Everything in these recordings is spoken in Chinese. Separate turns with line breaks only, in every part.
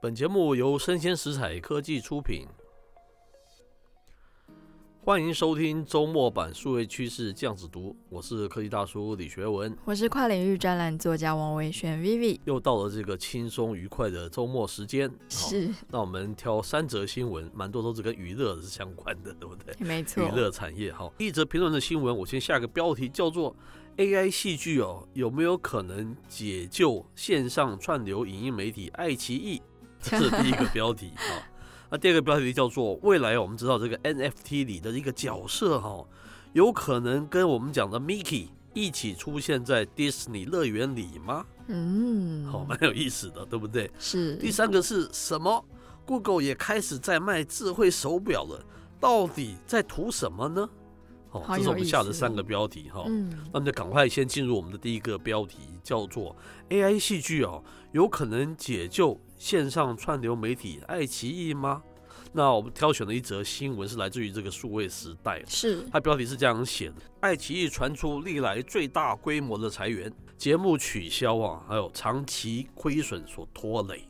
本节目由生鲜食材科技出品，欢迎收听周末版数位趋势酱子读，我是科技大叔李学文。
我是跨领域专栏作家王维轩 Vivi，
又到了这个轻松愉快的周末时间，好，
是
那我们挑三则新闻，蛮多都是跟娱乐是相关的，对不对？
没
娱
错，
乐产业哈，一则评论的新闻，我先下个标题叫做 “AI 戏剧哦，有没有可能解救线上串流影音媒体爱奇艺”，这是第一个标题哈。那第二个标题叫做“未来哦我们知道这个 NFT 里的一个角色哈，有可能跟我们讲的 Mickey 一起出现在迪士尼乐园里吗？”
嗯，
好，蛮有意思的，对不对？
是
第三个是什么？Google 也开始在卖智慧手表了，到底在图什么呢？哦，
好
这是我
有
们
意
下的
思
三个标题哈。
嗯，
那么就赶快先进入我们的第一个标题，叫做 AI 戏剧哦，有可能解救线上串流媒体爱奇艺吗？那我们挑选了一则新闻，是来自于这个数位时代，啊
是
它标题是这样写的：爱奇艺传出历来最大规模的裁员，节目取消啊，还有长期亏损所拖累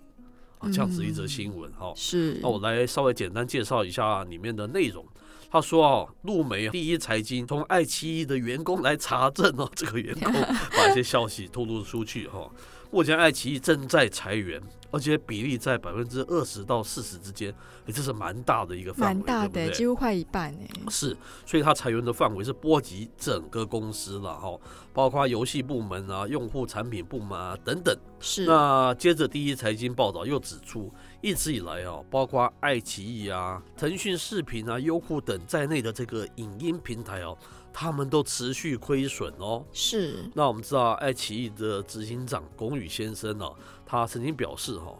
啊，这样子一则新闻哈。
嗯是
那哦我来稍微简单介绍一下里面的内容。他说哦，路媒第一财经从爱奇艺的员工来查证哦， 这个员工把一些消息透露出去哈、哦。目前爱奇艺正在裁员，而且比例在百分之二十到四十之间，也这是蛮大的一个范围，
蛮
对
大的，
不对哦
几乎快一半哎，
是，所以它裁员的范围是波及整个公司了哈，包括游戏部门啊、用户产品部门啊等等。
是
那接着第一财经报道又指出，一直以来啊，包括爱奇艺啊、腾讯视频啊、优酷等在内的这个影音平台哦、他们都持续亏损哦。
是
那我们知道，爱奇艺的执行长龚宇先生呢、他曾经表示哈、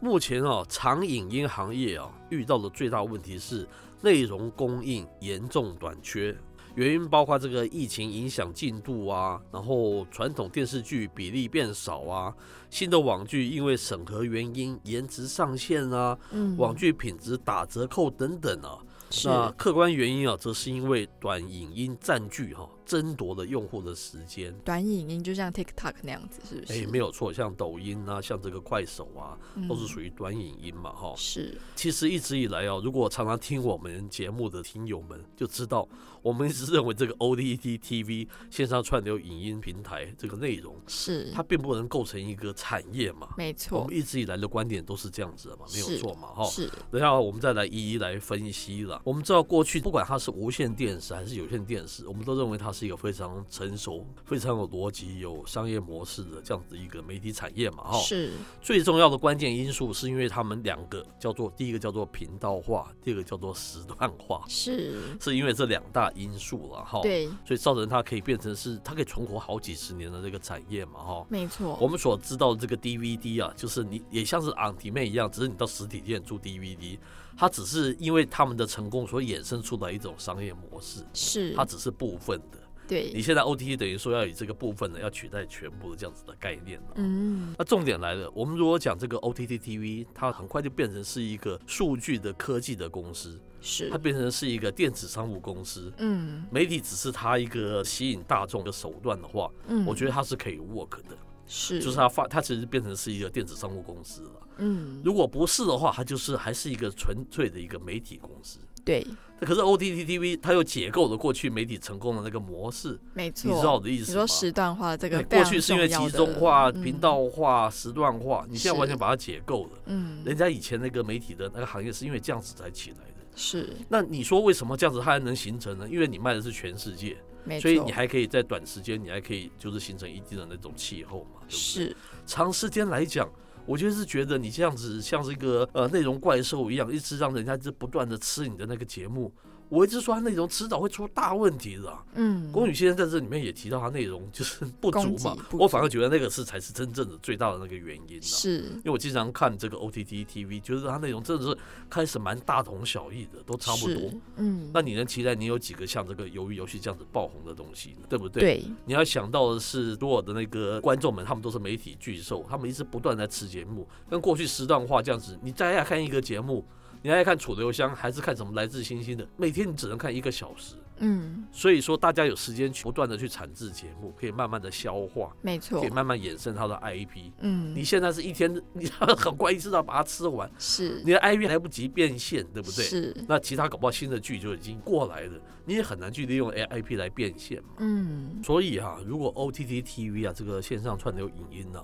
目前啊长影音行业啊遇到的最大问题是内容供应严重短缺，原因包括这个疫情影响进度啊，然后传统电视剧比例变少啊，新的网剧因为审核原因延迟上线啊，
嗯，
网剧品质打折扣等等啊。
是
那客观原因啊，则是因为短影音占据哈、争夺了用户的时间。
短影音，就像 TikTok 那样子，是不
哎、
是？
没有错，像抖音啊，像这个快手啊，
嗯
都是属于哦短影音嘛，哈、
是
其实一直以来哦，如果常常听我们节目的听友们就知道，我们一直认为这个 OTT TV 线上串流影音平台这个内容，
是，
它并不能构成一个产业嘛。
没
我
错
们，一直以来的观点都是这样子的嘛，没有
是
错嘛，哈。
是
等一下我们再来一一来分析了。我们知道过去不管它是无线电视还是有线电视，我们都认为它是一个非常成熟、非常有逻辑、有商业模式的这样子一个媒体产业嘛，哈。
是
最重要的关键因素是因为他们两个叫做第一个叫做频道化，第二个叫做时段化，
是，
是因为这两大因素了哈。。
对，
所以造成它可以变成是它可以存活好几十年的这个产业嘛哈。
没
我
错，
们所知道的这个 DVD 啊，就是你也像是 on demand 一样，只是你到实体店租 DVD，它只是因为他们的成功所衍生出来一种商业模式，
是
它只是部分的。你
对，
现在 OTT 等于说要以这个部分呢，要取代全部的这样子的概念了。
嗯，
那重点来了，我们如果讲这个 OTT TV，它很快就变成是一个数据的科技的公司，
是
它，变成是一个电子商务公司。
嗯
媒体只是它一个吸引大众的手段的话，
嗯，
我觉得它是可以 work 的，
是，
就是它发它其实变成是一个电子商务公司了。
嗯，
如果不是的话，它就是还是一个纯粹的一个媒体公司。
对，
可是 OTT TV 它又解构了过去媒体成功的那个模式，
没错，
你知道我的意
你
思吗
说？时段化这
对
个非
过
常
去是因为
重
集
要的
中化、
嗯
频道化、时段化，你现在完全
是
把它解构了。
嗯，
人家以前那个媒体的那个行业是因为这样子才起来的。
是
那你说为什么这样子它还能形成呢？因为你卖的是全世界，
没错，
所以你还可以在短时间，你还可以就是形成一定的那种气候嘛，对不对？
是
长时间来讲，我就是觉得你这样子像是一个呃内容怪兽一样，一直让人家一直不断的吃你的那个节目。我一直说它内容迟早会出大问题的啊、
嗯，
龚宇先生在这里面也提到他内容就是不足
供给
嘛，
不足
我反而觉得那个是才是真正的最大的那个原因、啊。
是
因为我经常看这个 OTT TV，觉得它内容真的是开始蛮大同小异的，都差不多。
是，嗯，
那你能期待你有几个像这个鱿鱼游戏这样子爆红的东西呢？对不对？
对
你要想到的是，所有的那个观众们，他们都是媒体巨兽，他们一直不断地在吃节目，跟过去时段化这样子。你再爱看一个节目，你爱看楚留香还是看什么来自星星的，每天你只能看一个小时，
嗯，
所以说，大家有时间去不断的去产制节目，可以慢慢的消化，
没错
可以，慢慢衍生它的 IP。
嗯，
你现在是一天， 你很快一次要把它吃完，
是
你的 IP 来不及变现，对不对？
是，
那其他搞不好新的剧就已经过来了，你也很难去利用 IP 来变现嘛。
嗯，
所以哈、如果 OTT TV 啊这个线上串流影音呢、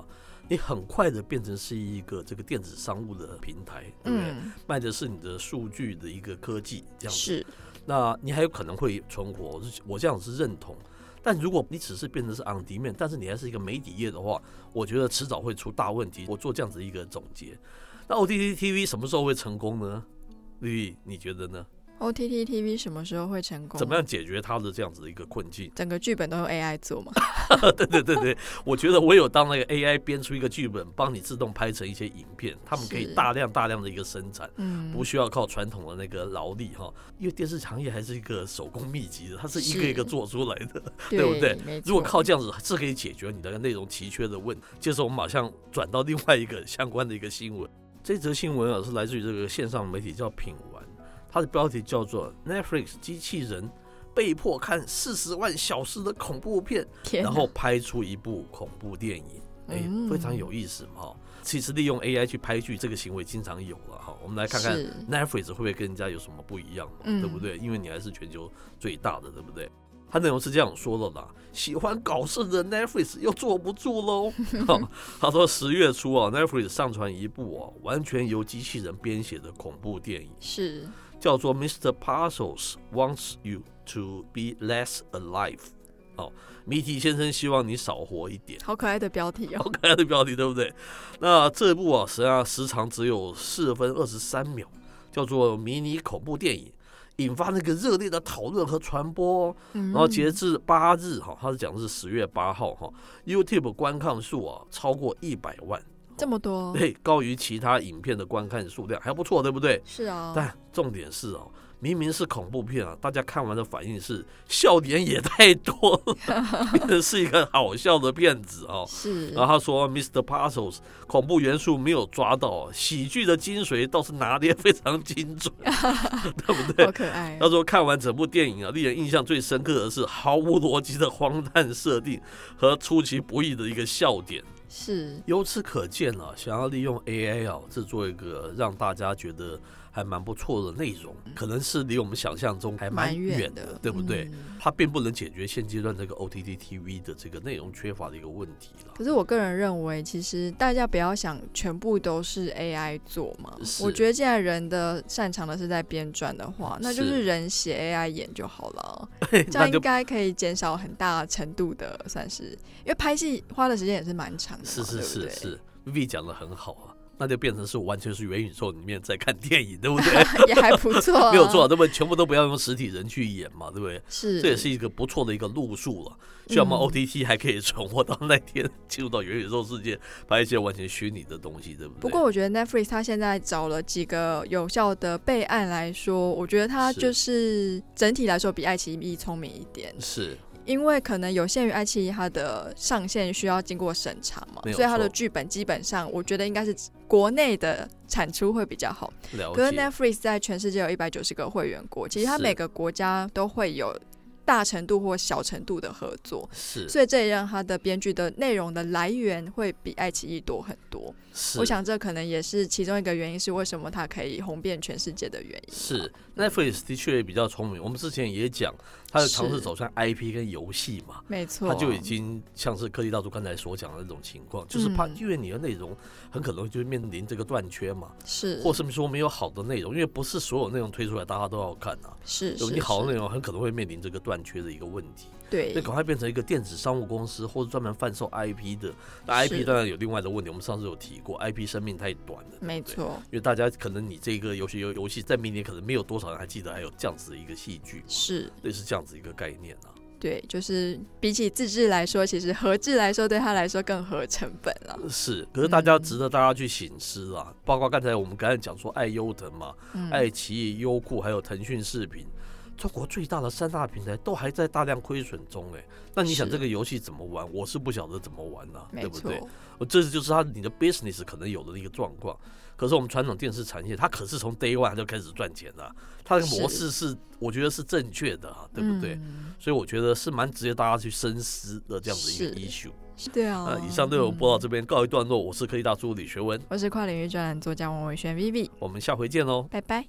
你很快的变成是一个这个电子商务的平台，对不对？
嗯，
卖的是你的数据的一个科技这样子。
是，
那你还有可能会存活，我是我这样是认同。但如果你只是变成是 on demand，但是你还是一个媒体业的话，我觉得迟早会出大问题。我做这样子一个总结。那 OTT TV 什么时候会成功呢？丽丽，你觉得呢？
OTT TV 什么时候会成功？
怎么？样解决它的这样子的一个困境？
整个剧本都用 AI 做 嘛？
对对对对，我觉得唯有当那个 AI 编出一个剧本，帮你自动拍成一些影片，他们可以
是
大量大量的一个生产。
嗯，
不需要靠传统的那个劳力哈，因为电视行业还是一个手工密集的，它是一个
是
一个做出来的。
对
对不对
没错
如果靠这样子是可以解决你的内容奇缺的问题。接着我们马上转到另外一个相关的一个新闻，这则新闻啊是来自于这个线上媒体叫品玩，它的标题叫做 “Netflix 机器人被迫看四十万小时的恐怖片，
天
然
哪 嗯
后拍出一部恐怖电影”，哎，非常有意思嘛。哦其实利用 AI 去拍剧这个行为经常有了哈，我们来看看
是
Netflix 会不会跟人家有什么不一样嘛？
嗯
对不对？因为你还是全球最大的，对不对？他内容是这样说的啦，喜欢搞事的 Netflix 又坐不住喽。 他说十月初啊，Netflix 上传一部啊，完全由机器人编写的恐怖电影，
是
叫做《Mr. Parcels Wants You to Be Less Alive》。哦，谜题先生希望你少活一点。
好可爱的标题
好
哦。
可爱的标题，对不对？那这部啊，实际上时长只有四分二十三秒，叫做迷你恐怖电影，引发那个热烈的讨论和传播哦、
然
然后截至八日哈，它是讲的是十月八号哈，YouTube 观看数啊超过一百万，
这么多，
对，高于其他影片的观看数量，还不错，对不对？
是啊，
但重点是哦，明明是恐怖片啊，大家看完的反应是笑点也太多 了，变成是一个好笑的片子哦。
是
然后他说，Mr. Parcels 恐怖元素没有抓到，啊喜剧的精髓倒是拿捏非常精准，对不对
好？可爱哦，
他说，看完整部电影啊，令人印象最深刻的是毫无逻辑的荒诞设定和出其不意的一个笑点。
是
由此可见啊，想要利用 AI 啊制作一个让大家觉得还蛮不错的内容，可能是离我们想象中还蛮远
嗯远
的，对不对？？
嗯
它并不能解决现阶段这个 OTT TV 的这个内容缺乏的一个问题了。
可是我个人认为，其实大家不要想全部都是 AI 做嘛
是。
我觉得既然人的擅长的是在编撰的话，那就是是人写 AI 演就好了，这
那
样
就
应该可以减少很大程度的算是，因为拍戏花的时间也是蛮长的嘛，
是是
对
是
不对
是，Vivi 讲的很好啊，那就变成是完全是元宇宙里面在看电影，对不 对？
也还不错、啊，
没有错，，那么全部都不要用实体人去演嘛，对不对？
是
这也是一个不错的一个路数了。希望我们
嗯
OTT 还可以存活到那天，进入到元宇宙世界，拍一些完全虚拟的东西，对不对？
不过我觉得 Netflix 它现在找了几个有效的备案来说，我觉得它
是
就是整体来说比爱奇艺聪明一点，
是
因为可能有限于爱奇艺它的上线需要经过审查嘛
没，有
所以它的
错
剧本基本上我觉得应该是国内的产出会比较好。
了
可是
解，
Netflix 在全世界有一百九十个会员国，其实它
是
每个国家都会有大程度或小程度的合作，
是
所以这也让它的编剧的内容的来源会比爱奇艺多很多。
是，
我想这可能也是其中一个原因，是为什么它可以红遍全世界的原因。
是 Netflix 的确比较聪明，我们之前也讲，它的尝试
是
走向 IP 跟游戏嘛。
没错，
它就已经像是科技大叔刚才所讲的那种情况，就是怕
嗯
因为你的内容很可能就面临这个断缺嘛，
是
或是说没有好的内容，因为不是所有内容推出来大家都要看啊，
是
有
是
你好的
是
内容很可能会面临这个断缺的一个问题，
对
那赶快变成一个电子商务公司或者专门贩售 IP 的，那 IP
是
当然有另外的问题，我们上次有提过，IP 生命太短了，
没错
因为大家可能你这个游戏游游戏在明年可能没有多少人还记得还有这样子的一个戏剧，
是
类似这样子一个概念啊。
对，就是比起自制来说，其实合制来说对他来说更合成本了。
是，可是大家
嗯
值得大家去醒思啊，包括刚才我们刚才讲说爱优腾嘛，
嗯，
爱奇艺、优酷还有腾讯视频，中国最大的三大平台都还在大量亏损中，哎，那你想
是
这个游戏怎么玩？我是不晓得怎么玩呐、
没
对不
错，
对？我这就是它你的 business 可能有的一个状况。可是我们传统电视产业，它可是从 day one 它就开始赚钱的、它的模式是我觉得是正确的、啊，对不对？
嗯
所以我觉得是蛮值得大家去深思的这样的一个
是
issue。
对啊。
那以上内容播到
嗯
这边告一段落，我是科技大叔李学文，
我是跨领域专栏作家王伟轩 Vivi，
我们下回见喽。哦
拜拜。